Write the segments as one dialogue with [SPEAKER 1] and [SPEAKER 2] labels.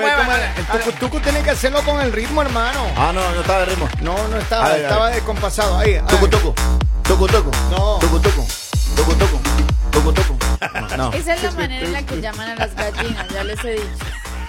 [SPEAKER 1] Ah, pues,
[SPEAKER 2] Hacelo con el ritmo, hermano.
[SPEAKER 3] Ah, no, no estaba el ritmo.
[SPEAKER 2] No, no estaba,
[SPEAKER 3] A ver, a
[SPEAKER 2] estaba
[SPEAKER 3] ver.
[SPEAKER 2] descompasado. Ahí, ahí.
[SPEAKER 3] Toco, toco. Toco, toco.
[SPEAKER 2] No.
[SPEAKER 3] Toco, toco. Toco, toco. Toco, toco. No.
[SPEAKER 4] Esa es la manera en la que llaman a las gallinas, ya les he dicho.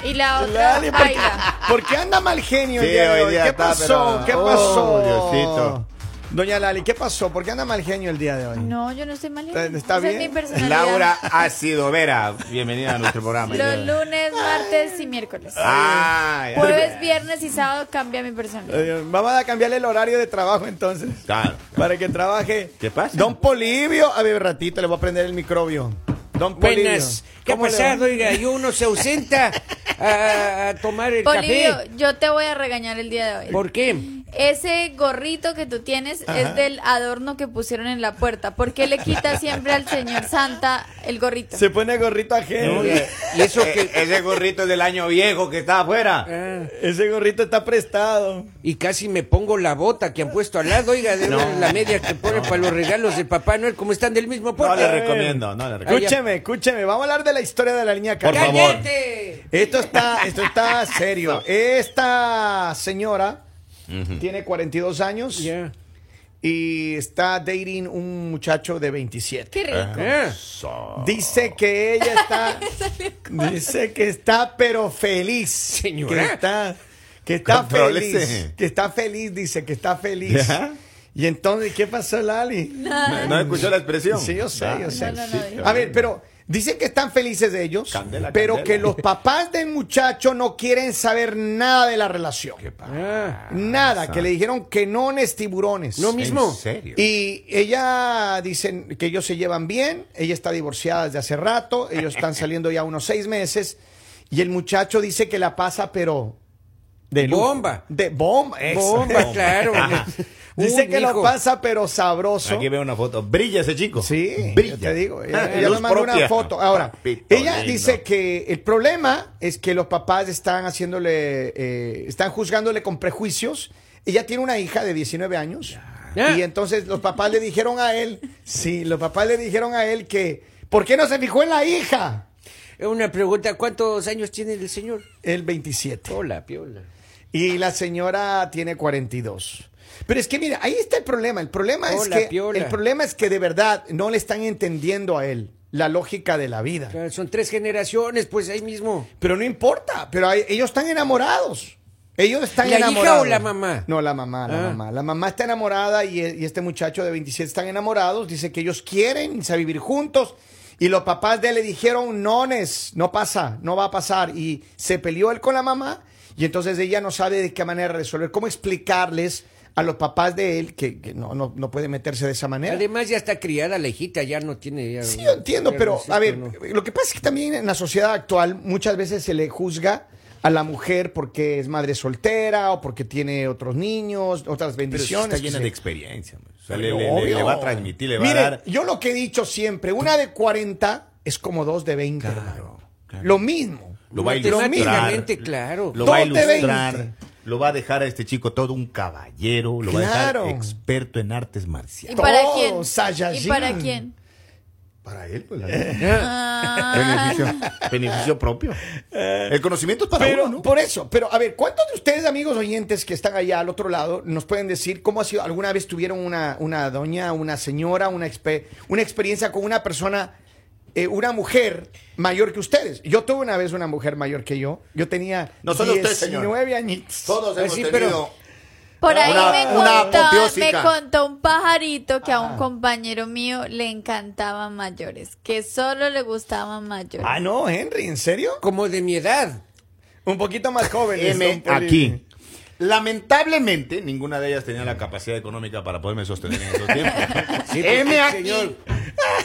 [SPEAKER 4] Y la otra,
[SPEAKER 3] Dale, porque-
[SPEAKER 4] Aida.
[SPEAKER 2] ¿Por qué anda mal genio el
[SPEAKER 3] Sí,
[SPEAKER 2] día de
[SPEAKER 3] hoy
[SPEAKER 2] hoy?
[SPEAKER 3] día
[SPEAKER 2] ¿Qué
[SPEAKER 3] está,
[SPEAKER 2] pasó?
[SPEAKER 3] pero-
[SPEAKER 2] ¿Qué
[SPEAKER 3] Oh,
[SPEAKER 2] pasó?
[SPEAKER 3] Diosito.
[SPEAKER 2] Doña Lali, ¿qué pasó? ¿Por qué anda mal genio el día de hoy?
[SPEAKER 4] No, yo no estoy mal.
[SPEAKER 2] Está- está
[SPEAKER 4] Esa es
[SPEAKER 2] bien.
[SPEAKER 4] mi personalidad.
[SPEAKER 3] Laura Ácido Vera, bienvenida a nuestro programa.
[SPEAKER 4] Los lunes, martes y miércoles.
[SPEAKER 3] Ay,
[SPEAKER 4] Jueves, viernes y sábado cambia mi personalidad.
[SPEAKER 2] Ah. Eh, Vamos a cambiarle el horario de trabajo entonces.
[SPEAKER 3] Claro.
[SPEAKER 2] Para que trabaje.
[SPEAKER 3] ¿Qué pasa?
[SPEAKER 2] Don Polivio. A ver, ratito, le voy a prender el microbio. Don Polivio.
[SPEAKER 1] Buenas. ¿Qué ha
[SPEAKER 2] ¿Cómo le va?
[SPEAKER 1] pasado? Oiga, y uno se ausenta a, a tomar el
[SPEAKER 4] Polivio,
[SPEAKER 1] café.
[SPEAKER 4] yo te voy a regañar el día de hoy.
[SPEAKER 1] ¿Por qué?
[SPEAKER 4] Ese gorrito que tú tienes es del adorno que pusieron en la puerta. ¿Por qué le quita siempre al señor Santa el gorrito?
[SPEAKER 2] Se pone gorrito ajeno.
[SPEAKER 1] Oiga, y eso
[SPEAKER 3] Eh,
[SPEAKER 1] que...
[SPEAKER 3] ese gorrito del año viejo que está afuera.
[SPEAKER 1] Ah,
[SPEAKER 2] Ese gorrito está prestado.
[SPEAKER 1] y casi me pongo la bota que han puesto al lado, oiga, de la media que ponen para los regalos de Papá Noel, como están del mismo
[SPEAKER 3] No
[SPEAKER 2] Eh.
[SPEAKER 1] porte.
[SPEAKER 3] le recomiendo, no le recomiendo.
[SPEAKER 2] Escúcheme, escúcheme. Vamos a hablar de la historia de la niña
[SPEAKER 3] Por
[SPEAKER 2] Carmen.
[SPEAKER 3] favor.
[SPEAKER 1] ¡Cállate!
[SPEAKER 2] Esto está, esto está serio. Esta señora tiene 42 años
[SPEAKER 1] Ya.
[SPEAKER 2] y está dating un muchacho de 27.
[SPEAKER 4] Qué rico.
[SPEAKER 3] Eh.
[SPEAKER 1] Ah,
[SPEAKER 2] Eh. Dice que ella está. dice que está, pero feliz.
[SPEAKER 1] Señora.
[SPEAKER 2] Que está, que está
[SPEAKER 3] Contrólese.
[SPEAKER 2] feliz. Que está feliz, dice que está feliz.
[SPEAKER 3] eh. Ya.
[SPEAKER 2] Y entonces, ¿qué pasó, Lali?
[SPEAKER 3] No, no escuchó la expresión.
[SPEAKER 2] Sí, yo sé,
[SPEAKER 3] Ah,
[SPEAKER 2] yo sé.
[SPEAKER 4] No, no, no,
[SPEAKER 3] sí,
[SPEAKER 4] dije.
[SPEAKER 2] A ver, pero dicen que están felices de ellos,
[SPEAKER 3] Candela,
[SPEAKER 2] pero
[SPEAKER 3] candela.
[SPEAKER 2] que los papás del muchacho no quieren saber nada de la relación.
[SPEAKER 3] ¿Qué pasa?
[SPEAKER 1] ah.
[SPEAKER 2] Nada, que le dijeron que no es tiburones.
[SPEAKER 1] No, mi- mismo.
[SPEAKER 3] ¿En serio?
[SPEAKER 2] Y ella dicen que ellos se llevan bien, ella está divorciada desde hace rato, ellos están saliendo ya unos seis meses, y el muchacho dice que la pasa, pero de lujo.
[SPEAKER 1] Bomba.
[SPEAKER 2] De bomba, eso.
[SPEAKER 1] Bomba, claro.
[SPEAKER 2] Dice
[SPEAKER 1] Uy,
[SPEAKER 2] que lo
[SPEAKER 1] hijo.
[SPEAKER 2] pasa, pero sabroso.
[SPEAKER 3] Aquí veo una foto. Brilla ese chico.
[SPEAKER 2] Sí,
[SPEAKER 3] brilla.
[SPEAKER 2] yo te digo. Ella,
[SPEAKER 3] Ah,
[SPEAKER 2] ella
[SPEAKER 3] luz
[SPEAKER 2] me mandó una
[SPEAKER 3] propia.
[SPEAKER 2] foto. Ahora,
[SPEAKER 3] Papito
[SPEAKER 2] ella
[SPEAKER 3] lindo.
[SPEAKER 2] dice que el problema es que los papás están haciéndole, eh, están juzgándole con prejuicios. Ella tiene una hija de 19 años.
[SPEAKER 1] Ya.
[SPEAKER 2] Y entonces los papás le dijeron a él, sí, los papás le dijeron a él que, ¿por qué no se fijó en la hija?
[SPEAKER 1] Una pregunta, ¿cuántos años tiene el señor?
[SPEAKER 2] El 27.
[SPEAKER 1] Hola, piola.
[SPEAKER 2] Y la señora tiene 42. Pero es que mira, ahí está el problema. El problema
[SPEAKER 1] Hola,
[SPEAKER 2] es que
[SPEAKER 1] piola.
[SPEAKER 2] el problema es que de verdad no le están entendiendo a él la lógica de la vida.
[SPEAKER 1] Claro, Son tres generaciones, pues ahí mismo.
[SPEAKER 2] Pero no importa, pero hay- ellos están enamorados. Ellos están
[SPEAKER 1] ¿La hija
[SPEAKER 2] enamorados.
[SPEAKER 1] o la mamá?
[SPEAKER 2] No, la mamá, la
[SPEAKER 1] Ah.
[SPEAKER 2] mamá. La mamá está enamorada y, y este muchacho de 27 están enamorados. Dice que ellos quieren irse a vivir juntos. Y los papás de él le dijeron, nones, no pasa, no va a pasar. Y se peleó él con la mamá. Y entonces ella no sabe de qué manera resolver, cómo explicarles a los papás de él que, que no, no, no puede meterse de esa manera.
[SPEAKER 1] Además ya está criada la hijita, ya no tiene... ya-
[SPEAKER 2] ¿Eh? Sí, yo entiendo, pero
[SPEAKER 1] sí,
[SPEAKER 2] a ver,
[SPEAKER 1] no.
[SPEAKER 2] lo que pasa es que también en la sociedad actual muchas veces se le juzga a la mujer porque es madre soltera o porque tiene otros niños, otras
[SPEAKER 3] Pero sí
[SPEAKER 2] bendiciones.
[SPEAKER 3] está llena de
[SPEAKER 2] que se-
[SPEAKER 3] experiencia. hombre. O sea, le, le-
[SPEAKER 2] Obvio.
[SPEAKER 3] le va a transmitir, le va
[SPEAKER 2] Mire,
[SPEAKER 3] a dar.
[SPEAKER 2] yo lo que he dicho siempre, una de 40 es como dos de 20, hermano.
[SPEAKER 3] claro.
[SPEAKER 2] Lo mismo.
[SPEAKER 3] Lo va a ilustrar.
[SPEAKER 1] Matemáticamente, claro.
[SPEAKER 3] Lo va a
[SPEAKER 2] Dos de
[SPEAKER 3] ilustrar.
[SPEAKER 2] 20.
[SPEAKER 3] Lo va a dejar a este chico todo un caballero. Lo va a
[SPEAKER 2] Claro.
[SPEAKER 3] dejar experto en artes marciales.
[SPEAKER 4] ¿Y para
[SPEAKER 2] Todo,
[SPEAKER 4] quién?
[SPEAKER 2] Saiyajin.
[SPEAKER 4] ¿Y para quién?
[SPEAKER 3] Para él, pues, la verdad.
[SPEAKER 4] Ah,
[SPEAKER 3] beneficio, beneficio propio. El conocimiento es para
[SPEAKER 2] pero,
[SPEAKER 3] uno, ¿no?
[SPEAKER 2] Por eso, pero a ver, ¿cuántos de ustedes, amigos oyentes que están allá al otro lado, nos pueden decir cómo ha sido, alguna vez tuvieron una, una doña, una señora, una, expe- una experiencia con una persona, eh, una mujer mayor que ustedes? Yo tuve una vez una mujer mayor que yo, yo tenía
[SPEAKER 3] No solo usted, señor.
[SPEAKER 2] 19 añitos.
[SPEAKER 3] Todos
[SPEAKER 1] Ah,
[SPEAKER 3] hemos
[SPEAKER 1] sí, pero-
[SPEAKER 3] tenido.
[SPEAKER 4] por ahí
[SPEAKER 3] Una-
[SPEAKER 4] me,
[SPEAKER 3] una
[SPEAKER 4] contó, me
[SPEAKER 3] apoteósica.
[SPEAKER 4] contó un pajarito que a
[SPEAKER 2] Ah.
[SPEAKER 4] un compañero mío le encantaban mayores, que solo le gustaban mayores.
[SPEAKER 2] Ah, no, Henry, ¿en serio?
[SPEAKER 1] Como de mi edad.
[SPEAKER 2] Un poquito más joven.
[SPEAKER 3] M aquí. Lamentablemente, ninguna de ellas tenía la capacidad económica para poderme sostener en esos tiempos.
[SPEAKER 1] Sí,
[SPEAKER 2] Ah,
[SPEAKER 1] porque
[SPEAKER 3] M
[SPEAKER 1] este
[SPEAKER 3] aquí.
[SPEAKER 1] señor-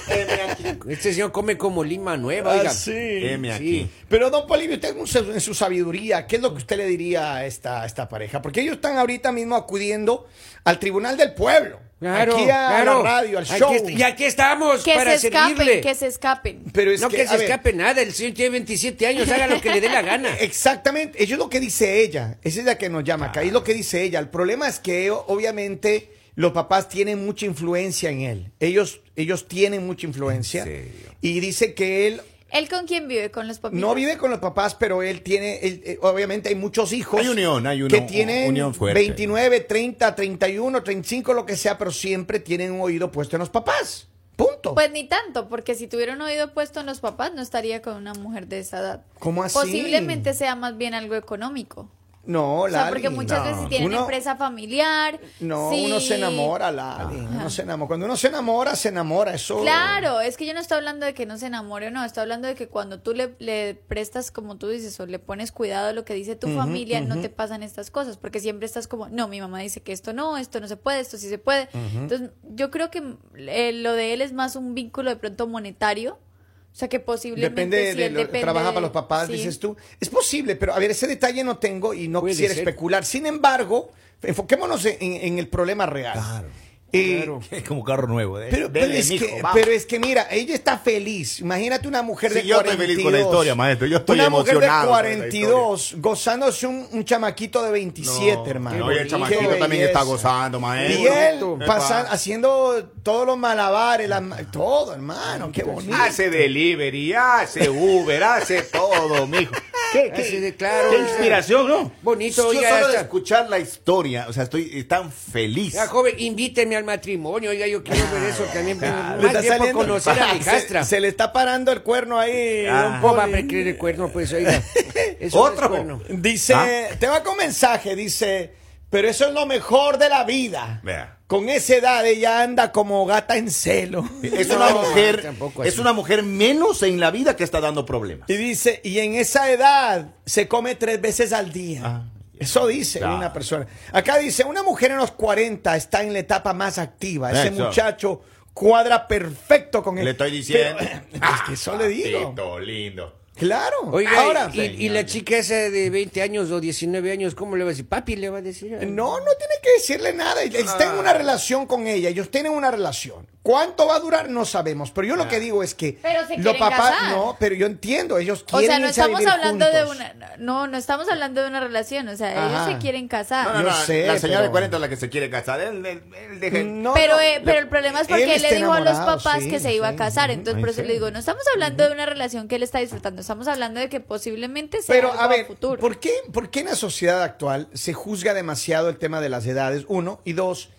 [SPEAKER 3] M aquí.
[SPEAKER 1] Este señor come como lima nueva,
[SPEAKER 2] Ah,
[SPEAKER 1] oiga.
[SPEAKER 2] sí.
[SPEAKER 3] M aquí.
[SPEAKER 1] Sí.
[SPEAKER 2] Pero don Polivio, usted en su- en su sabiduría, ¿qué es lo que usted le diría a esta, a esta pareja? Porque ellos están ahorita mismo acudiendo al Tribunal del Pueblo.
[SPEAKER 1] Claro,
[SPEAKER 2] aquí a
[SPEAKER 1] claro.
[SPEAKER 2] la radio, al
[SPEAKER 1] Aquí
[SPEAKER 2] show.
[SPEAKER 1] est- y aquí estamos
[SPEAKER 4] que
[SPEAKER 1] para
[SPEAKER 4] se escapen,
[SPEAKER 1] servirle.
[SPEAKER 4] que se escapen.
[SPEAKER 2] Pero es
[SPEAKER 1] no que,
[SPEAKER 2] que,
[SPEAKER 1] se
[SPEAKER 2] a ver,
[SPEAKER 1] escape nada, el señor tiene 27 años, haga lo que le dé la gana.
[SPEAKER 2] Exactamente, eso es lo que dice ella, esa es la que nos llama acá, es lo que dice ella. El problema es que o- obviamente los papás tienen mucha influencia en él, ellos, ellos tienen mucha influencia
[SPEAKER 3] serio?
[SPEAKER 2] y dice que él
[SPEAKER 4] ¿Él con quién vive? ¿Con los papitos?
[SPEAKER 2] No vive con los papás, pero él tiene, él, eh, obviamente hay muchos hijos.
[SPEAKER 3] Hay unión, hay uno-
[SPEAKER 2] Que tienen
[SPEAKER 3] unión fuerte.
[SPEAKER 2] 29, 30, 31, 35, lo que sea, pero siempre tienen un oído puesto en los papás. Punto.
[SPEAKER 4] Pues ni tanto, porque si tuviera un oído puesto en los papás, no estaría con una mujer de esa edad.
[SPEAKER 2] ¿Cómo así?
[SPEAKER 4] Posiblemente sea más bien algo económico.
[SPEAKER 2] no,
[SPEAKER 4] O sea,
[SPEAKER 2] Lali.
[SPEAKER 4] porque muchas
[SPEAKER 3] no.
[SPEAKER 4] veces tienen
[SPEAKER 2] Uno-
[SPEAKER 4] empresa familiar.
[SPEAKER 2] No,
[SPEAKER 4] sí.
[SPEAKER 2] uno se enamora, Lali. Uno se enamora. Cuando uno se enamora, se enamora. Eso.
[SPEAKER 4] Claro, es que yo no estoy hablando de que no se enamore o no, estoy hablando de que cuando tú le, le prestas, como tú dices, o le pones cuidado a lo que dice tu familia, no te pasan estas cosas, porque siempre estás como, no, mi mamá dice que esto no, esto no se puede, esto sí se puede. Entonces, yo creo que eh, lo de él es más un vínculo de pronto monetario, o sea que posiblemente...
[SPEAKER 2] Depende de,
[SPEAKER 4] sí,
[SPEAKER 2] de
[SPEAKER 4] él
[SPEAKER 2] lo que
[SPEAKER 4] depende
[SPEAKER 2] trabaja
[SPEAKER 4] de-
[SPEAKER 2] para los papás,
[SPEAKER 4] sí.
[SPEAKER 2] dices tú. Es posible, pero a ver, ese detalle no tengo y no
[SPEAKER 1] Puede
[SPEAKER 2] quisiera
[SPEAKER 1] ser.
[SPEAKER 2] especular. Sin embargo, enfoquémonos en, en el problema real.
[SPEAKER 3] Claro.
[SPEAKER 2] Eh,
[SPEAKER 1] Claro.
[SPEAKER 3] Es como carro nuevo. de-
[SPEAKER 2] Pero,
[SPEAKER 3] dele,
[SPEAKER 2] pero es
[SPEAKER 3] mijo,
[SPEAKER 2] que,
[SPEAKER 3] vamos.
[SPEAKER 2] pero es que, mira, ella está feliz. Imagínate una mujer
[SPEAKER 3] Sí,
[SPEAKER 2] de
[SPEAKER 3] yo
[SPEAKER 2] 42.
[SPEAKER 3] estoy feliz con la historia, maestro. Yo estoy
[SPEAKER 2] Una
[SPEAKER 3] emocionado con
[SPEAKER 2] mujer
[SPEAKER 3] la
[SPEAKER 2] de 42 gozándose un, un chamaquito de 27, hermano.
[SPEAKER 3] No, y el
[SPEAKER 2] Qué
[SPEAKER 3] chamaquito también
[SPEAKER 2] belleza.
[SPEAKER 3] está gozando, maestro.
[SPEAKER 2] Y él
[SPEAKER 3] Epa.
[SPEAKER 2] pasa- haciendo todos los malabares, las ma- todo, hermano. Qué bonito.
[SPEAKER 3] Hace delivery, hace Uber, hace todo, mijo. ¿Qué,
[SPEAKER 1] Hace de- claro.
[SPEAKER 3] qué inspiración, ¿no?
[SPEAKER 1] Bonito,
[SPEAKER 3] Yo
[SPEAKER 1] oiga,
[SPEAKER 3] solo de
[SPEAKER 1] esta-
[SPEAKER 3] escuchar la historia, o sea, estoy tan feliz.
[SPEAKER 1] Ya, joven, invíteme al matrimonio. Oiga, yo quiero ver eso también.
[SPEAKER 3] claro.
[SPEAKER 2] Le
[SPEAKER 1] Más
[SPEAKER 2] Ah, está
[SPEAKER 1] bien por
[SPEAKER 2] saliendo-
[SPEAKER 1] conocer a mi
[SPEAKER 2] se,
[SPEAKER 1] hijastra.
[SPEAKER 2] se le está parando el cuerno ahí.
[SPEAKER 3] Ah.
[SPEAKER 2] don
[SPEAKER 1] ¿Cómo va a
[SPEAKER 2] Poli.
[SPEAKER 1] creer el cuerno? Pues, oiga. Eso no es
[SPEAKER 3] Otro.
[SPEAKER 1] cuerno.
[SPEAKER 2] Dice,
[SPEAKER 3] Ah.
[SPEAKER 2] te va con mensaje, dice, pero eso es lo mejor de la vida.
[SPEAKER 3] Vea.
[SPEAKER 2] Con esa edad ella anda como gata en celo.
[SPEAKER 3] Es una
[SPEAKER 1] No,
[SPEAKER 3] mujer,
[SPEAKER 1] tampoco así.
[SPEAKER 3] es una mujer menos en la vida que está dando problemas.
[SPEAKER 2] Y dice, y en esa edad se come tres veces al día.
[SPEAKER 3] Ah, ya.
[SPEAKER 2] Eso dice
[SPEAKER 3] Ah.
[SPEAKER 2] una persona. Acá dice, una mujer en los 40 está en la etapa más activa. Ese
[SPEAKER 3] Eso.
[SPEAKER 2] muchacho cuadra perfecto con él.
[SPEAKER 3] Le estoy diciendo. Ah,
[SPEAKER 2] Pero, es que eso le digo.
[SPEAKER 3] Tito, lindo.
[SPEAKER 2] Claro.
[SPEAKER 1] Oiga,
[SPEAKER 2] Ahora,
[SPEAKER 1] y, y la chica esa de 20 años o 19 años, ¿cómo le va a decir? Papi le va a decir. ay.
[SPEAKER 2] Eh, No, no tiene que decirle nada. Está en una relación con ella. Ellos tienen una relación. ¿Cuánto va a durar? No sabemos. Pero yo lo que digo es que
[SPEAKER 4] Pero se
[SPEAKER 2] los
[SPEAKER 4] quieren
[SPEAKER 2] papás.
[SPEAKER 4] casar.
[SPEAKER 2] No, pero yo entiendo. Ellos
[SPEAKER 4] O
[SPEAKER 2] quieren
[SPEAKER 4] sea, no
[SPEAKER 2] irse a
[SPEAKER 4] estamos
[SPEAKER 2] vivir
[SPEAKER 4] hablando de
[SPEAKER 2] juntos.
[SPEAKER 4] una... No, no estamos hablando de una relación, o sea,
[SPEAKER 2] Ajá.
[SPEAKER 4] ellos se quieren casar.
[SPEAKER 3] No, no,
[SPEAKER 2] Yo
[SPEAKER 3] no,
[SPEAKER 2] sé,
[SPEAKER 3] la señora
[SPEAKER 2] pero- Mm,
[SPEAKER 3] de 40 es la que se quiere casar. Él, él, él deja-
[SPEAKER 2] No,
[SPEAKER 4] pero,
[SPEAKER 2] no,
[SPEAKER 4] eh, pero el problema es porque él,
[SPEAKER 2] está
[SPEAKER 4] le dijo a los
[SPEAKER 2] enamorado,
[SPEAKER 4] papás
[SPEAKER 2] sí,
[SPEAKER 4] que se iba a
[SPEAKER 2] sí.
[SPEAKER 4] casar. Entonces,
[SPEAKER 3] Ay,
[SPEAKER 4] por eso
[SPEAKER 3] sí.
[SPEAKER 4] le digo, no estamos hablando de una relación que él está disfrutando, estamos hablando de que posiblemente sea
[SPEAKER 2] Pero
[SPEAKER 4] algo
[SPEAKER 2] a ver,
[SPEAKER 4] futuro.
[SPEAKER 2] ¿por qué, ¿por qué en la sociedad actual se juzga demasiado el tema de las edades? Uno. Y dos,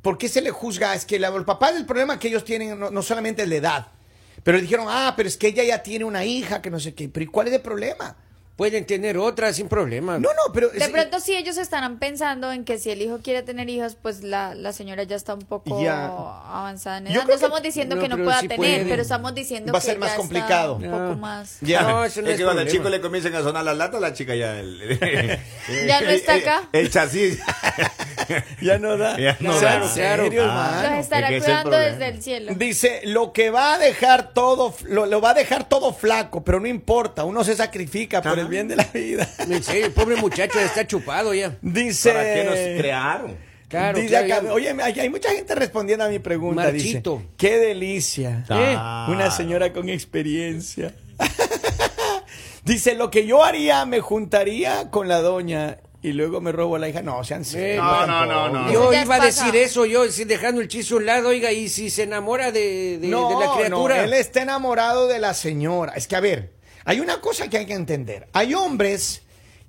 [SPEAKER 2] ¿por qué se le juzga? Es que la- el papá el problema que ellos tienen no, no solamente es la edad. Pero le dijeron, ah, pero es que ella ya tiene una hija, que no sé qué. Pero ¿y cuál es el problema?
[SPEAKER 1] Pueden tener otra sin problema.
[SPEAKER 3] Ah.
[SPEAKER 2] No, no, pero...
[SPEAKER 4] De
[SPEAKER 2] es-
[SPEAKER 4] pronto sí ellos estarán pensando en que si el hijo quiere tener hijos, pues la, la señora ya está un poco
[SPEAKER 2] Ya.
[SPEAKER 4] avanzada en
[SPEAKER 2] Yo
[SPEAKER 4] edad.
[SPEAKER 2] creo
[SPEAKER 4] No
[SPEAKER 2] que-
[SPEAKER 4] estamos diciendo
[SPEAKER 1] no,
[SPEAKER 4] que no
[SPEAKER 1] pero
[SPEAKER 4] pueda
[SPEAKER 1] sí
[SPEAKER 4] tener,
[SPEAKER 1] puede.
[SPEAKER 4] pero estamos diciendo
[SPEAKER 2] Va a
[SPEAKER 4] que
[SPEAKER 2] ser más
[SPEAKER 4] ya está
[SPEAKER 2] complicado. Ah.
[SPEAKER 4] un poco más.
[SPEAKER 2] Ya.
[SPEAKER 1] No, eso no
[SPEAKER 3] es,
[SPEAKER 1] es
[SPEAKER 3] que cuando al
[SPEAKER 1] problema.
[SPEAKER 3] chico le comiencen a sonar las latas, la chica ya. Eh, el-
[SPEAKER 4] Ya no está acá.
[SPEAKER 3] El, el chasis.
[SPEAKER 2] Ya no da.
[SPEAKER 3] Ya no
[SPEAKER 2] Sean
[SPEAKER 3] da.
[SPEAKER 2] serios,
[SPEAKER 1] Claro.
[SPEAKER 2] hermano.
[SPEAKER 4] Los estará
[SPEAKER 3] es que es el
[SPEAKER 4] cuidando
[SPEAKER 3] problema.
[SPEAKER 4] desde el cielo.
[SPEAKER 2] Dice, lo que va a dejar todo, lo, lo va a dejar todo flaco, pero no importa, uno se sacrifica por el bien de la vida.
[SPEAKER 1] En serio, el pobre muchacho ya está chupado ya.
[SPEAKER 2] Dice.
[SPEAKER 3] ¿Para qué nos crearon?
[SPEAKER 1] Claro,
[SPEAKER 2] dice
[SPEAKER 1] claro,
[SPEAKER 2] acá,
[SPEAKER 1] ya-
[SPEAKER 2] Oye, hay, hay mucha gente respondiendo a mi pregunta.
[SPEAKER 1] Marchito.
[SPEAKER 2] Dice, qué delicia.
[SPEAKER 1] ¿Eh?
[SPEAKER 2] Una señora con experiencia. dice, lo que yo haría, me juntaría con la doña y luego me robo a la hija. No, sean serios.
[SPEAKER 3] No, no, no, no.
[SPEAKER 1] Yo
[SPEAKER 4] Eso ya
[SPEAKER 1] iba a
[SPEAKER 4] es
[SPEAKER 1] decir
[SPEAKER 4] pasado.
[SPEAKER 1] eso, yo sí, dejando el chiste a un lado, oiga, y si se enamora de, de-
[SPEAKER 2] no,
[SPEAKER 1] de la criatura.
[SPEAKER 2] No, él está enamorado de la señora. Es que, a ver, hay una cosa que hay que entender. Hay hombres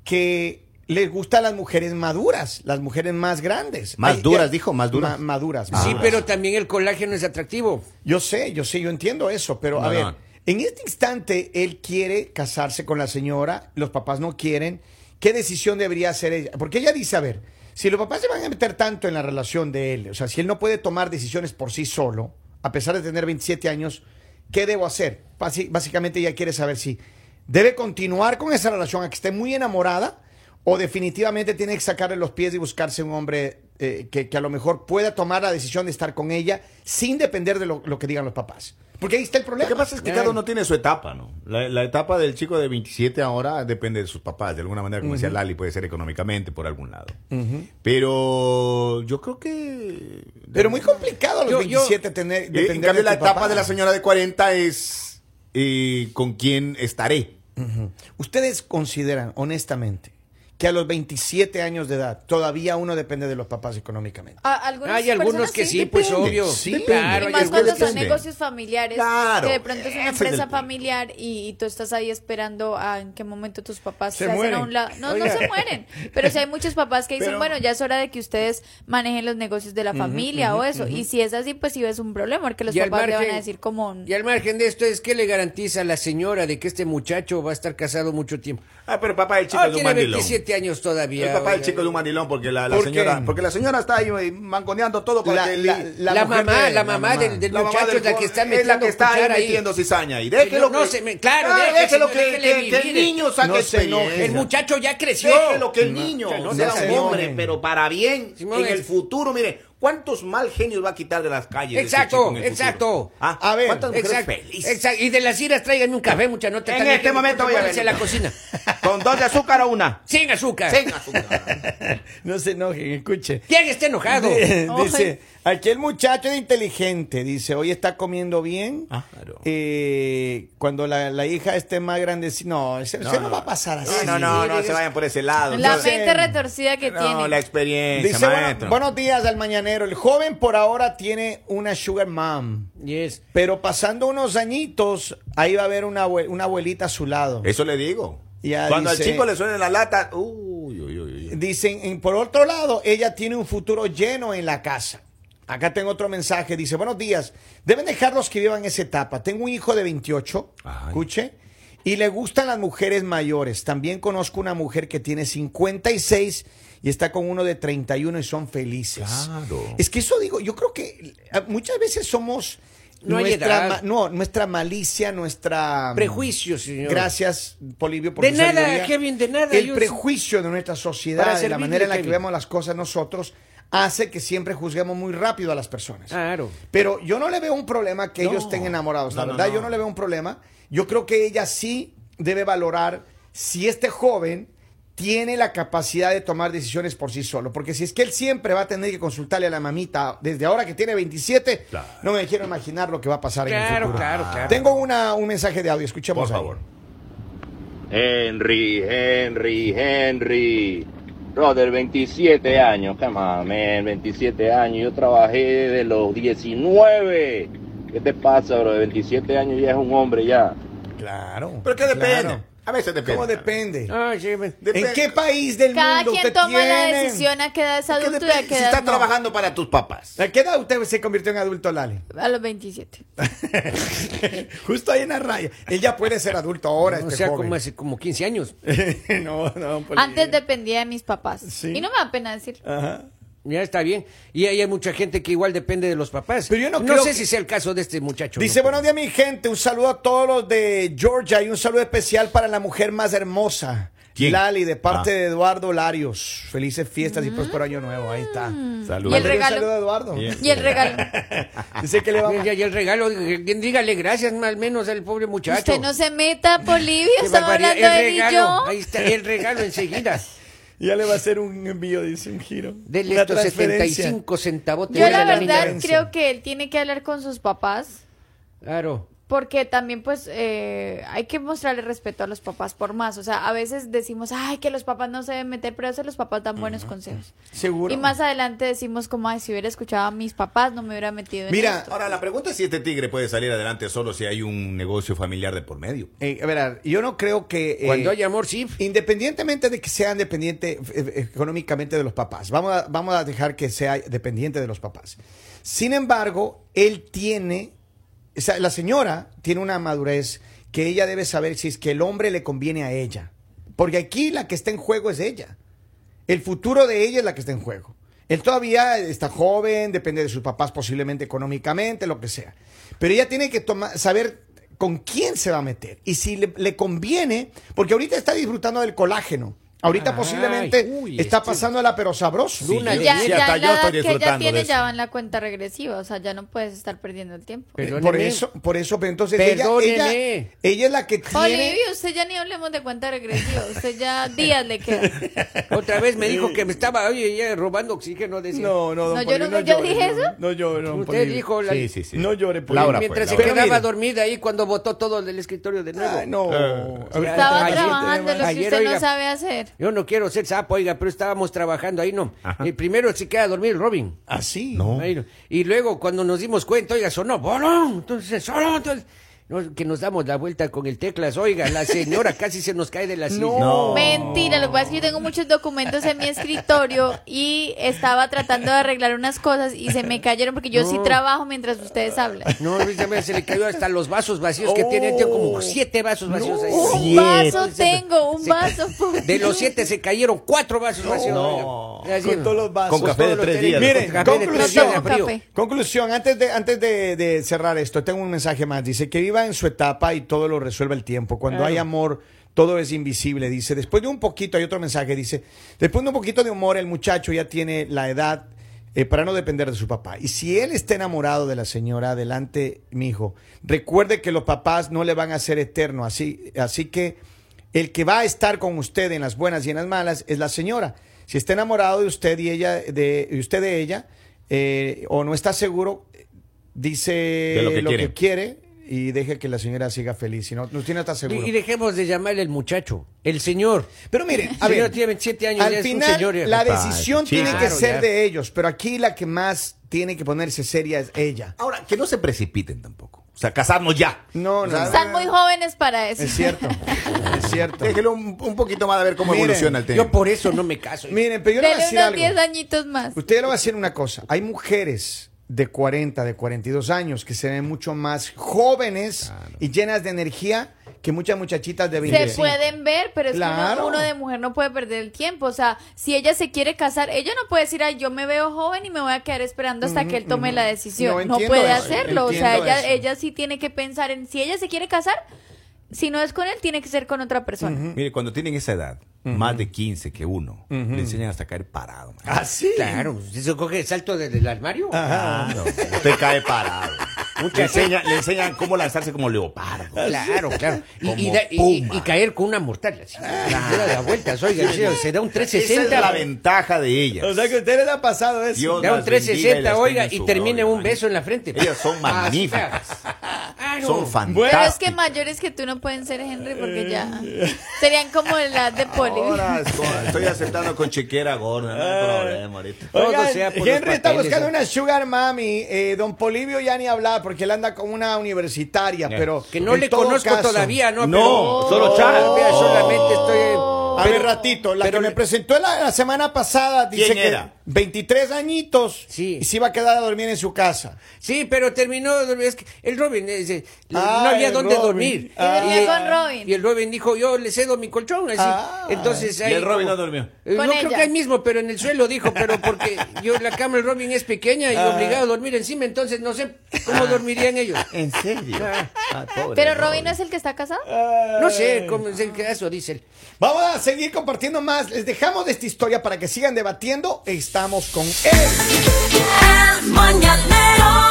[SPEAKER 2] que les gustan las mujeres maduras, las mujeres más grandes.
[SPEAKER 3] Más
[SPEAKER 2] Hay-
[SPEAKER 3] duras, dijo, más duras. Ah.
[SPEAKER 2] maduras.
[SPEAKER 1] Sí,
[SPEAKER 2] maduras.
[SPEAKER 1] pero también el colágeno es atractivo.
[SPEAKER 2] Yo sé, yo sé, yo entiendo eso, pero a
[SPEAKER 3] No,
[SPEAKER 2] ver,
[SPEAKER 3] no.
[SPEAKER 2] en este instante él quiere casarse con la señora, los papás no quieren. ¿Qué decisión debería hacer ella? Porque ella dice, a ver, si los papás se van a meter tanto en la relación de él, o sea, si él no puede tomar decisiones por sí solo, a pesar de tener 27 años, ¿qué debo hacer? Basi- Básicamente ella quiere saber si debe continuar con esa relación a que esté muy enamorada o definitivamente tiene que sacarle los pies y buscarse un hombre eh, que, que a lo mejor pueda tomar la decisión de estar con ella sin depender de lo, lo que digan los papás. Porque ahí está el
[SPEAKER 3] Lo
[SPEAKER 2] problema.
[SPEAKER 3] que pasa es que cada uno tiene su etapa, ¿no? La, la etapa del chico de 27 ahora depende de sus papás, de alguna manera, como decía Lali, puede ser económicamente, por algún lado. Pero yo creo que...
[SPEAKER 2] Pero muy complicado a los
[SPEAKER 1] Yo- yo-
[SPEAKER 2] 27 tener,
[SPEAKER 3] Eh,
[SPEAKER 2] depender
[SPEAKER 3] en cambio,
[SPEAKER 2] de
[SPEAKER 3] la
[SPEAKER 2] tu
[SPEAKER 3] etapa
[SPEAKER 2] papá.
[SPEAKER 3] de la señora de 40 es eh, con quién estaré.
[SPEAKER 2] ¿Ustedes consideran, honestamente, que a los 27 años de edad todavía uno depende de los papás económicamente.
[SPEAKER 4] A- algunas
[SPEAKER 1] Hay algunos
[SPEAKER 4] personas
[SPEAKER 1] que sí, pues
[SPEAKER 4] depende.
[SPEAKER 1] obvio.
[SPEAKER 3] Sí,
[SPEAKER 1] claro.
[SPEAKER 4] Y
[SPEAKER 1] hay
[SPEAKER 4] más
[SPEAKER 1] algunos
[SPEAKER 4] cuando
[SPEAKER 1] que
[SPEAKER 4] son
[SPEAKER 1] sí.
[SPEAKER 3] depende.
[SPEAKER 4] negocios familiares,
[SPEAKER 3] Claro,
[SPEAKER 4] que de pronto es
[SPEAKER 3] ese
[SPEAKER 4] una
[SPEAKER 3] es el
[SPEAKER 4] empresa
[SPEAKER 3] punto.
[SPEAKER 4] familiar y, y tú estás ahí esperando a en qué momento tus papás
[SPEAKER 2] Se
[SPEAKER 4] se, hacen a
[SPEAKER 2] mueren.
[SPEAKER 4] un lado. No, no se mueren, pero si hay muchos papás que dicen,
[SPEAKER 3] Pero-
[SPEAKER 4] bueno, ya es hora de que ustedes manejen los negocios de la familia o eso. Y si es así, pues sí es un problema, porque los
[SPEAKER 1] Y al
[SPEAKER 4] papás le van
[SPEAKER 1] margen-
[SPEAKER 4] a decir como...
[SPEAKER 1] Y al margen de esto es que le garantiza a la señora de que este muchacho va a estar casado mucho tiempo.
[SPEAKER 3] Ah, pero papá del chico
[SPEAKER 1] Ah,
[SPEAKER 3] es un
[SPEAKER 1] tiene
[SPEAKER 3] mandilón.
[SPEAKER 1] 27 años todavía.
[SPEAKER 3] El papá del
[SPEAKER 1] oiga.
[SPEAKER 3] chico es un mandilón porque la, la
[SPEAKER 2] ¿Por qué?
[SPEAKER 3] señora, porque la señora está ahí manconeando todo para
[SPEAKER 2] La-
[SPEAKER 3] que
[SPEAKER 2] la-
[SPEAKER 3] le-
[SPEAKER 1] La,
[SPEAKER 2] mujer
[SPEAKER 1] mamá,
[SPEAKER 2] de-
[SPEAKER 1] la mamá del, del
[SPEAKER 3] mamá
[SPEAKER 1] muchacho
[SPEAKER 3] del
[SPEAKER 1] es la que
[SPEAKER 3] joven
[SPEAKER 1] está
[SPEAKER 3] es la
[SPEAKER 1] metiendo
[SPEAKER 3] que está ahí
[SPEAKER 1] cuchara ahí.
[SPEAKER 3] metiendo cizaña y déjelo
[SPEAKER 1] No, no
[SPEAKER 3] que-
[SPEAKER 1] se me- claro,
[SPEAKER 3] Ah,
[SPEAKER 1] déjelo,
[SPEAKER 3] déjelo que,
[SPEAKER 1] déjele
[SPEAKER 3] que- que el
[SPEAKER 1] vivir.
[SPEAKER 3] niño saque
[SPEAKER 2] No se
[SPEAKER 3] experiencia.
[SPEAKER 2] enoje.
[SPEAKER 1] El muchacho ya creció.
[SPEAKER 3] Déjelo que el niño
[SPEAKER 1] no, no
[SPEAKER 3] sea
[SPEAKER 2] se
[SPEAKER 3] un hombre,
[SPEAKER 2] enojen.
[SPEAKER 3] pero para bien
[SPEAKER 1] Simón,
[SPEAKER 3] en el
[SPEAKER 1] es-
[SPEAKER 3] futuro, mire, ¿cuántos mal genios va a quitar de las calles? ese
[SPEAKER 1] Exacto,
[SPEAKER 3] chico en el futuro?
[SPEAKER 1] exacto.
[SPEAKER 3] Ah,
[SPEAKER 2] A ver,
[SPEAKER 3] ¿cuántas mujeres
[SPEAKER 1] Exacto,
[SPEAKER 3] felices?
[SPEAKER 1] exacto. Y de las iras tráiganme un café, mucha nota.
[SPEAKER 3] En
[SPEAKER 1] también,
[SPEAKER 3] este
[SPEAKER 1] que-
[SPEAKER 3] momento voy a
[SPEAKER 1] pónganse
[SPEAKER 3] ver.
[SPEAKER 1] la cocina.
[SPEAKER 3] Con dos de azúcar o una.
[SPEAKER 1] Sin azúcar.
[SPEAKER 3] Sin azúcar.
[SPEAKER 2] No se enojen, escuche.
[SPEAKER 1] ¿Quién está enojado?
[SPEAKER 2] dice, aquí el muchacho es inteligente, dice, hoy está comiendo bien.
[SPEAKER 3] Ah, claro.
[SPEAKER 2] Eh, cuando la, la hija esté más grande, sí, no, eso no, va a pasar así.
[SPEAKER 3] No, no, no, se vayan por ese lado.
[SPEAKER 4] La
[SPEAKER 3] No,
[SPEAKER 4] mente retorcida que
[SPEAKER 3] No,
[SPEAKER 4] tiene.
[SPEAKER 3] la experiencia,
[SPEAKER 2] Dice, bueno,
[SPEAKER 3] maestro.
[SPEAKER 2] buenos días al mañanero. El joven por ahora tiene una sugar mom,
[SPEAKER 1] Yes.
[SPEAKER 2] pero pasando unos añitos, ahí va a haber una, abue- una abuelita a su lado.
[SPEAKER 3] Eso le digo.
[SPEAKER 2] Ya
[SPEAKER 3] Cuando al
[SPEAKER 2] dice-
[SPEAKER 3] chico le suena la lata, uy, uy, uy, uy.
[SPEAKER 2] Dicen, en- por otro lado, ella tiene un futuro lleno en la casa. Acá tengo otro mensaje, dice, buenos días, deben dejarlos que vivan esa etapa. Tengo un hijo de 28,
[SPEAKER 3] Ay.
[SPEAKER 2] escuche, y le gustan las mujeres mayores. También conozco una mujer que tiene 56 y está con uno de 31 y son felices.
[SPEAKER 3] Claro.
[SPEAKER 2] Es que eso digo, yo creo que eh, muchas veces somos...
[SPEAKER 1] No hay
[SPEAKER 2] nuestra,
[SPEAKER 1] edad.
[SPEAKER 2] ma- no, nuestra malicia, nuestra... mm,
[SPEAKER 1] Prejuicios, señor.
[SPEAKER 2] Gracias, Polivio, por
[SPEAKER 1] De
[SPEAKER 2] tu
[SPEAKER 1] nada,
[SPEAKER 2] sabiduría.
[SPEAKER 1] Kevin, de nada,
[SPEAKER 2] El
[SPEAKER 1] yo-
[SPEAKER 2] prejuicio de nuestra sociedad,
[SPEAKER 1] Para
[SPEAKER 2] de la
[SPEAKER 1] servirle,
[SPEAKER 2] manera en la que
[SPEAKER 1] Kevin.
[SPEAKER 2] vemos las cosas nosotros, hace que siempre juzguemos muy rápido a las personas.
[SPEAKER 1] Claro.
[SPEAKER 2] Pero yo no le veo un problema que
[SPEAKER 3] No.
[SPEAKER 2] ellos estén enamorados, la
[SPEAKER 3] No, no,
[SPEAKER 2] verdad,
[SPEAKER 3] no.
[SPEAKER 2] yo no le veo un problema. Yo creo que ella sí debe valorar si este joven tiene la capacidad de tomar decisiones por sí solo. Porque si es que él siempre va a tener que consultarle a la mamita desde ahora que tiene 27,
[SPEAKER 3] Claro.
[SPEAKER 2] no me quiero imaginar lo que va a pasar en el
[SPEAKER 1] Claro,
[SPEAKER 2] futuro.
[SPEAKER 1] claro, claro.
[SPEAKER 2] Tengo una, un mensaje de audio, escuchemos.
[SPEAKER 3] Por
[SPEAKER 2] ahí.
[SPEAKER 3] favor.
[SPEAKER 5] Henry, Henry, Henry. Brother, 27 años, come on, man, 27 años. Yo trabajé de los 19. ¿Qué te pasa, bro? De 27 años ya es un hombre ya.
[SPEAKER 2] Claro.
[SPEAKER 3] Pero que depende.
[SPEAKER 2] claro.
[SPEAKER 3] A veces depende.
[SPEAKER 2] ¿Cómo depende?
[SPEAKER 1] Ay, sí, me-
[SPEAKER 2] ¿En qué país del
[SPEAKER 4] Cada
[SPEAKER 2] mundo
[SPEAKER 4] quien
[SPEAKER 2] usted
[SPEAKER 4] toma la
[SPEAKER 2] tiene?
[SPEAKER 4] decisión a qué edad es
[SPEAKER 3] Es que
[SPEAKER 4] adulto y a
[SPEAKER 3] depende.
[SPEAKER 4] qué
[SPEAKER 3] Si
[SPEAKER 4] edad
[SPEAKER 3] estás
[SPEAKER 4] no.
[SPEAKER 3] trabajando para tus papás.
[SPEAKER 2] ¿A qué edad usted se convirtió en adulto, Lali?
[SPEAKER 4] A los 27.
[SPEAKER 2] Justo ahí en la raya. Él ya puede ser adulto ahora,
[SPEAKER 1] o
[SPEAKER 2] este
[SPEAKER 1] sea,
[SPEAKER 2] joven.
[SPEAKER 1] como hace como 15 años.
[SPEAKER 2] no, no, Poli.
[SPEAKER 4] Antes dependía de mis papás.
[SPEAKER 2] Sí.
[SPEAKER 4] Y no me da pena decir.
[SPEAKER 2] Ajá.
[SPEAKER 1] Ya está bien. Y ahí hay mucha gente que igual depende de los papás.
[SPEAKER 2] Pero yo no creo
[SPEAKER 1] sé
[SPEAKER 2] que-
[SPEAKER 1] si sea el caso de este muchacho.
[SPEAKER 2] Dice,
[SPEAKER 3] pues.
[SPEAKER 1] ¿no?
[SPEAKER 2] buenos días, mi gente. Un saludo a todos los de Georgia y un saludo especial para la mujer más hermosa.
[SPEAKER 3] ¿Quién?
[SPEAKER 2] Lali, de parte
[SPEAKER 3] Ah.
[SPEAKER 2] de Eduardo Larios. Felices fiestas y próspero año nuevo. Ahí está.
[SPEAKER 3] Saludos.
[SPEAKER 4] Y el
[SPEAKER 2] Mándale un
[SPEAKER 4] Mm. regalo.
[SPEAKER 2] saludo a Eduardo.
[SPEAKER 3] Bien.
[SPEAKER 4] Y el regalo.
[SPEAKER 2] Dice que le va a
[SPEAKER 1] Y y el regalo, eh, dígale gracias más o menos al pobre muchacho.
[SPEAKER 4] Usted no se meta, Bolivia.
[SPEAKER 1] Qué
[SPEAKER 4] Estamos
[SPEAKER 1] barbaridad.
[SPEAKER 4] hablando de
[SPEAKER 1] el
[SPEAKER 4] él y
[SPEAKER 1] regalo,
[SPEAKER 4] yo.
[SPEAKER 1] Ahí está, el regalo enseguida.
[SPEAKER 2] Ya le va a hacer un envío, dice un giro.
[SPEAKER 1] Dele
[SPEAKER 2] Una
[SPEAKER 1] estos
[SPEAKER 2] transferencia.
[SPEAKER 1] 75 centavos.
[SPEAKER 4] Yo la
[SPEAKER 2] Mira la
[SPEAKER 4] verdad
[SPEAKER 2] diferencia.
[SPEAKER 4] creo que él tiene que hablar con sus papás.
[SPEAKER 1] Claro.
[SPEAKER 4] Porque también pues eh, hay que mostrarle respeto a los papás por más. O sea, a veces decimos, ay, que los papás no se deben meter, pero eso los papás dan buenos consejos.
[SPEAKER 2] Seguro.
[SPEAKER 4] Y más adelante decimos como, ay, si hubiera escuchado a mis papás no me hubiera metido en
[SPEAKER 2] Mira,
[SPEAKER 4] esto".
[SPEAKER 3] Ahora, la pregunta es si este tigre puede salir adelante solo si hay un negocio familiar de por medio.
[SPEAKER 2] Eh, a ver, yo no creo que... eh,
[SPEAKER 1] Cuando hay amor, sí.
[SPEAKER 2] Independientemente de que sea dependiente eh, económicamente de los papás, vamos a, vamos a dejar que sea dependiente de los papás. Sin embargo, él tiene, o sea, la señora tiene una madurez que ella debe saber si es que el hombre le conviene a ella. Porque aquí la que está en juego es ella. El futuro de ella es la que está en juego. Él todavía está joven, depende de sus papás posiblemente económicamente, lo que sea. Pero ella tiene que toma- saber con quién se va a meter y si le, le conviene, porque ahorita está disfrutando del colágeno. Ahorita
[SPEAKER 1] Ay,
[SPEAKER 2] posiblemente
[SPEAKER 1] uy,
[SPEAKER 2] está
[SPEAKER 1] este-
[SPEAKER 2] pasándola pero sabroso.
[SPEAKER 1] Sí. Una
[SPEAKER 3] yo-
[SPEAKER 4] ya,
[SPEAKER 3] sí,
[SPEAKER 4] ya
[SPEAKER 3] hasta
[SPEAKER 4] en la
[SPEAKER 3] yo
[SPEAKER 4] edad
[SPEAKER 3] estoy
[SPEAKER 4] que ya
[SPEAKER 3] disfrutando de
[SPEAKER 4] tiene ya
[SPEAKER 3] eso.
[SPEAKER 4] va en la cuenta regresiva, o sea, ya no puedes estar perdiendo el tiempo.
[SPEAKER 2] Eh, Por
[SPEAKER 1] Perdóneme.
[SPEAKER 2] eso, por eso, pero entonces ella, ella,
[SPEAKER 1] Perdóneme.
[SPEAKER 2] ella es la que tiene...
[SPEAKER 4] Olivia, usted ya ni hablemos de cuenta regresiva, usted ya días le queda.
[SPEAKER 1] Otra vez me dijo que me estaba oye, ya robando oxígeno. Decía.
[SPEAKER 2] No, no, don
[SPEAKER 4] No, yo
[SPEAKER 2] Poli,
[SPEAKER 4] no- yo
[SPEAKER 2] llore,
[SPEAKER 4] dije
[SPEAKER 2] no,
[SPEAKER 4] eso.
[SPEAKER 2] No llore, don
[SPEAKER 1] Usted
[SPEAKER 2] Poli.
[SPEAKER 1] dijo la- pues.
[SPEAKER 3] Sí, sí, sí.
[SPEAKER 2] No llore, Poli.
[SPEAKER 3] Laura, fue,
[SPEAKER 1] mientras se
[SPEAKER 3] Laura.
[SPEAKER 2] pues, Pero
[SPEAKER 1] quedaba
[SPEAKER 2] mire.
[SPEAKER 1] dormida ahí cuando botó todo del escritorio de nuevo.
[SPEAKER 2] Ah, no.
[SPEAKER 3] Eh,
[SPEAKER 2] Ahorita-
[SPEAKER 4] Estaba
[SPEAKER 2] ayer
[SPEAKER 4] trabajando
[SPEAKER 2] tenemos-
[SPEAKER 4] lo que
[SPEAKER 1] Ayer,
[SPEAKER 4] usted
[SPEAKER 1] oiga,
[SPEAKER 4] no sabe hacer.
[SPEAKER 1] Yo no quiero ser sapo, oiga, pero estábamos trabajando ahí, no.
[SPEAKER 3] Ajá. Oh.
[SPEAKER 1] Eh, primero se queda a dormir el Robin.
[SPEAKER 2] Así.
[SPEAKER 3] No.
[SPEAKER 1] Ahí no. Y luego cuando nos dimos cuenta, oiga, sonó, bolón, entonces, sonó, entonces, no, que nos damos la vuelta con el teclas, oiga, la señora casi se nos cae de la silla.
[SPEAKER 3] No.
[SPEAKER 4] Mentira, lo que pasa es que yo tengo muchos documentos en mi escritorio y estaba tratando de arreglar unas cosas y se me cayeron porque yo sí
[SPEAKER 1] No.
[SPEAKER 4] trabajo mientras ustedes hablan.
[SPEAKER 1] No, Luis, ya me- se le cayó hasta los vasos vacíos que tiene, tiene como siete vasos vacíos ahí.
[SPEAKER 4] Un vaso tengo, un vaso. por-
[SPEAKER 1] De los siete se cayeron cuatro vasos vacíos.
[SPEAKER 3] no.
[SPEAKER 1] oiga. Así
[SPEAKER 2] Con
[SPEAKER 1] es.
[SPEAKER 2] todos los vasos.
[SPEAKER 3] Con café de
[SPEAKER 1] Todos
[SPEAKER 3] tres
[SPEAKER 1] los
[SPEAKER 3] días.
[SPEAKER 1] tenis,
[SPEAKER 2] Miren,
[SPEAKER 1] con café de tres
[SPEAKER 2] conclusión.
[SPEAKER 1] días, frío.
[SPEAKER 4] Café.
[SPEAKER 2] Conclusión, antes de antes de, de cerrar esto, tengo un mensaje más. Dice que viva en su etapa y todo lo resuelve el tiempo. Cuando hay amor, todo es invisible. Dice, después de un poquito, hay otro mensaje, dice, después de un poquito de humor, el muchacho ya tiene la edad eh, para no depender de su papá. Y si él está enamorado de la señora, adelante, mi hijo. Recuerde que los papás no le van a ser eterno, así, así que el que va a estar con usted en las buenas y en las malas es la señora. Si está enamorado de usted y ella, de y usted de ella, eh, o no está seguro, eh, dice
[SPEAKER 3] De lo que quiere.
[SPEAKER 2] quiere y deje que la señora siga feliz. Si no, no tiene está seguro.
[SPEAKER 1] Y, y dejemos de llamarle el muchacho, el señor.
[SPEAKER 2] Pero mire, a
[SPEAKER 1] El señor
[SPEAKER 2] ver,
[SPEAKER 1] tiene 27 años, ya
[SPEAKER 2] al
[SPEAKER 1] es un
[SPEAKER 2] final
[SPEAKER 1] señor ya.
[SPEAKER 2] la
[SPEAKER 3] Papá,
[SPEAKER 2] decisión
[SPEAKER 3] chico.
[SPEAKER 2] tiene que
[SPEAKER 1] Claro,
[SPEAKER 2] ser
[SPEAKER 1] ya.
[SPEAKER 2] de ellos, pero aquí la que más tiene que ponerse seria es ella.
[SPEAKER 3] Ahora, que no se precipiten tampoco. O sea, casarnos ya.
[SPEAKER 2] No, no.
[SPEAKER 4] Están muy jóvenes para eso.
[SPEAKER 2] Es cierto, es cierto.
[SPEAKER 3] Déjelo un, un poquito más a ver cómo
[SPEAKER 2] Miren,
[SPEAKER 3] evoluciona el tema.
[SPEAKER 1] Yo por eso no me caso. oiga.
[SPEAKER 2] Miren, pero yo le voy a
[SPEAKER 4] Dele
[SPEAKER 2] decir
[SPEAKER 4] unos
[SPEAKER 2] algo.
[SPEAKER 4] 10 añitos más.
[SPEAKER 2] Usted le va a decir una cosa. Hay mujeres de 40, de 42 años que se ven mucho más jóvenes y llenas de energía que muchas muchachitas de 25.
[SPEAKER 4] Se pueden ver, pero es que
[SPEAKER 2] Claro.
[SPEAKER 4] uno- uno, de mujer no puede perder el tiempo. O sea, si ella se quiere casar, ella no puede decir, ay, yo me veo joven y me voy a quedar esperando hasta que él tome la
[SPEAKER 2] No
[SPEAKER 4] decisión. No,
[SPEAKER 2] entiendo
[SPEAKER 4] puede
[SPEAKER 2] eso,
[SPEAKER 4] hacerlo. O sea,
[SPEAKER 2] entiendo
[SPEAKER 4] ella,
[SPEAKER 2] eso.
[SPEAKER 4] ella sí tiene que pensar en, si ella se quiere casar, si no es con él, tiene que ser con otra persona.
[SPEAKER 3] Mire, cuando tienen esa edad, más de 15 que uno, le enseñan hasta caer parado. man.
[SPEAKER 2] ¿Ah, sí?
[SPEAKER 1] Claro, eso coge el salto del, del armario.
[SPEAKER 3] Claro, usted cae parado. Le, enseña- le enseñan cómo lanzarse como leopardo.
[SPEAKER 1] Claro, claro. Y, y
[SPEAKER 3] Como
[SPEAKER 1] da- y-
[SPEAKER 3] puma. Ah.
[SPEAKER 1] y caer con una mortal. así. Da la vuelta, oiga, en serio, se da un
[SPEAKER 3] Esa es
[SPEAKER 1] 360.
[SPEAKER 3] la ventaja de ellas.
[SPEAKER 2] O sea que a usted le ha pasado eso.
[SPEAKER 3] Dios
[SPEAKER 1] Da un
[SPEAKER 3] las bendiga y
[SPEAKER 1] 360,
[SPEAKER 3] las
[SPEAKER 1] oiga,
[SPEAKER 3] tenga en
[SPEAKER 1] y
[SPEAKER 3] su
[SPEAKER 1] termina
[SPEAKER 3] gloria,
[SPEAKER 1] un beso en la frente.
[SPEAKER 3] Ellas son
[SPEAKER 1] Ah,
[SPEAKER 3] magníficas.
[SPEAKER 1] claro.
[SPEAKER 3] Son
[SPEAKER 4] Pero es que
[SPEAKER 3] fantásticas.
[SPEAKER 4] mayores que tú no pueden ser Henry porque ya serían como la edad de Poli.
[SPEAKER 3] Ahora estoy, estoy aceptando con chequera gorda, no
[SPEAKER 1] Ah.
[SPEAKER 3] hay problema ahorita.
[SPEAKER 1] Todo
[SPEAKER 2] Oigan,
[SPEAKER 1] sea por los
[SPEAKER 2] Henry está
[SPEAKER 1] papeles,
[SPEAKER 2] buscando
[SPEAKER 1] ¿eh?
[SPEAKER 2] una sugar mami. Eh, don Polivio ya ni hablar porque él anda con una universitaria, pero
[SPEAKER 1] Que no
[SPEAKER 2] en
[SPEAKER 1] le
[SPEAKER 2] todo
[SPEAKER 1] conozco
[SPEAKER 2] caso-
[SPEAKER 1] todavía, ¿no?
[SPEAKER 3] Eh. No,
[SPEAKER 1] Pero-
[SPEAKER 3] solo Chara.
[SPEAKER 1] Vea, solamente estoy.
[SPEAKER 2] A ver, ratito, la
[SPEAKER 1] pero-
[SPEAKER 2] que me presentó la, la semana pasada dice
[SPEAKER 3] ¿Quién
[SPEAKER 2] que
[SPEAKER 3] era?
[SPEAKER 2] 23 añitos
[SPEAKER 1] Sí.
[SPEAKER 2] y se iba a quedar a dormir en su casa.
[SPEAKER 1] Sí, pero terminó. Es que el Robin, eh, dice,
[SPEAKER 2] Ah,
[SPEAKER 1] no había
[SPEAKER 2] el
[SPEAKER 1] dónde
[SPEAKER 2] Robin.
[SPEAKER 1] dormir.
[SPEAKER 2] Ah.
[SPEAKER 4] Y dormía
[SPEAKER 1] eh,
[SPEAKER 4] con Robin.
[SPEAKER 1] Y el Robin dijo, yo le cedo mi colchón. Así.
[SPEAKER 2] Ah.
[SPEAKER 1] Entonces,
[SPEAKER 3] Y
[SPEAKER 1] ahí
[SPEAKER 3] el Robin
[SPEAKER 1] como-
[SPEAKER 3] no durmió.
[SPEAKER 1] Eh,
[SPEAKER 4] Con
[SPEAKER 1] no creo
[SPEAKER 4] ella.
[SPEAKER 1] que ahí mismo, pero en el suelo dijo, pero porque yo la cama del Robin es pequeña y
[SPEAKER 2] Ah.
[SPEAKER 1] obligado a dormir encima, entonces no sé cómo dormirían ellos.
[SPEAKER 3] ¿En serio? Ah, pobre
[SPEAKER 4] Pero Robin no es el que está casado.
[SPEAKER 1] No sé cómo es el caso, dice él.
[SPEAKER 2] Vamos a seguir compartiendo más. Les dejamos de esta historia para que sigan debatiendo. Estamos con él.
[SPEAKER 6] El mañanero